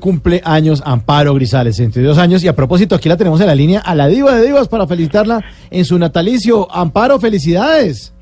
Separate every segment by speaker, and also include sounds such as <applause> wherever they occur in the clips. Speaker 1: Cumple años Amparo Grisales, 32 años. Y a propósito, aquí la tenemos en la línea a la diva de divas para felicitarla en su natalicio. Amparo, felicidades.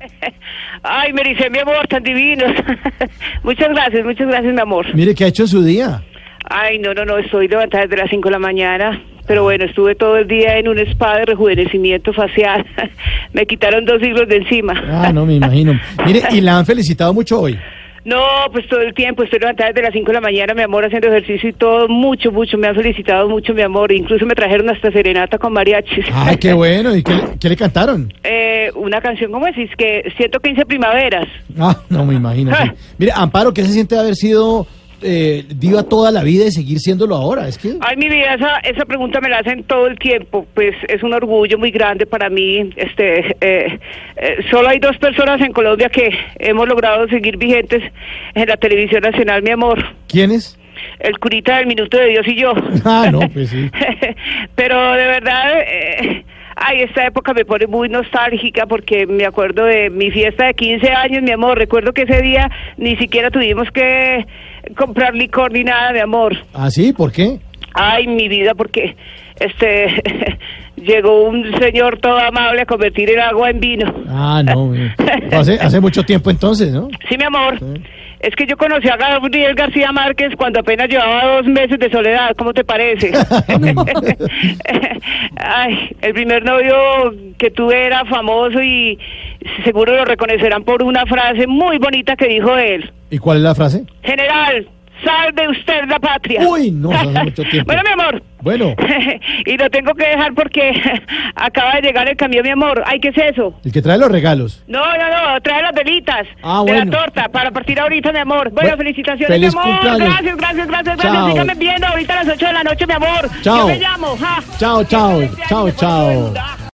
Speaker 2: Ay, me dice, mi amor, tan divinos. <laughs> muchas gracias, muchas gracias, mi amor.
Speaker 1: Mire qué ha hecho en su día.
Speaker 2: Ay, no, no, no, estoy levantada desde las 5 de la mañana.
Speaker 1: Ah.
Speaker 2: Pero bueno, estuve todo el día en un spa de rejuvenecimiento facial. <laughs> me quitaron dos siglos de encima.
Speaker 1: Ah, no, me imagino. Mire, y la han felicitado mucho hoy.
Speaker 2: No, pues todo el tiempo, estoy levantada desde las 5 de la mañana, mi amor, haciendo ejercicio y todo, mucho, mucho, me han felicitado mucho, mi amor, incluso me trajeron hasta serenata con mariachis.
Speaker 1: Ay, qué bueno. ¿Y qué, le- qué le cantaron?
Speaker 2: <laughs> Eh, una canción, ¿cómo decís? Que 115 primaveras.
Speaker 1: Ah, no, me imagino. sí. Mire, Amparo, ¿qué se siente de haber sido eh, diva toda la vida y seguir siéndolo ahora? Es que.
Speaker 2: Ay, mi vida, esa, esa pregunta me la hacen todo el tiempo. Pues es un orgullo muy grande para mí. Este, eh, eh, solo hay dos personas en Colombia que hemos logrado seguir vigentes en la televisión nacional, mi amor.
Speaker 1: ¿Quién es?
Speaker 2: El curita del minuto de Dios y yo.
Speaker 1: <laughs> Ah, no, pues sí.
Speaker 2: <laughs> Pero de verdad, eh, ay, esta época me pone muy nostálgica porque me acuerdo de mi fiesta de 15 años, mi amor. Recuerdo que ese día ni siquiera tuvimos que comprar licor ni nada, mi amor.
Speaker 1: Ah, sí, ¿por qué?
Speaker 2: Ay, mi vida, porque este <laughs> llegó un señor todo amable a convertir el agua en vino.
Speaker 1: Ah, no. mire. Fue Hace, hace mucho tiempo entonces, ¿no?
Speaker 2: Sí, mi amor. Es que yo conocí a Gabriel García Márquez cuando apenas llevaba dos meses de soledad. ¿Cómo te parece? <laughs> Ay, el primer novio que tuve era famoso y seguro lo reconocerán por una frase muy bonita que dijo él.
Speaker 1: ¿Y cuál es la frase?
Speaker 2: General, salve usted la patria.
Speaker 1: Uy, no, hace
Speaker 2: <laughs>
Speaker 1: mucho tiempo.
Speaker 2: bueno, mi amor.
Speaker 1: Bueno,
Speaker 2: <laughs> y lo tengo que dejar porque <laughs> acaba de llegar el camión, mi amor. Ay, ¿qué es eso?
Speaker 1: el que trae los regalos.
Speaker 2: No, no, no, trae las velitas
Speaker 1: Ah,
Speaker 2: de
Speaker 1: bueno.
Speaker 2: la torta para partir ahorita, mi amor. Bueno,
Speaker 1: Bueno,
Speaker 2: felicitaciones,
Speaker 1: feliz
Speaker 2: mi amor.
Speaker 1: cumpleaños.
Speaker 2: Gracias, gracias, gracias,
Speaker 1: Chao.
Speaker 2: gracias. Síganme viendo ahorita a las 8 de la noche, mi amor.
Speaker 1: Chao.
Speaker 2: Yo me llamo. ja.
Speaker 1: Chao, chao,
Speaker 2: Feliz cumpleaños,
Speaker 1: chao,
Speaker 2: mi amor,
Speaker 1: chao.
Speaker 2: de verdad.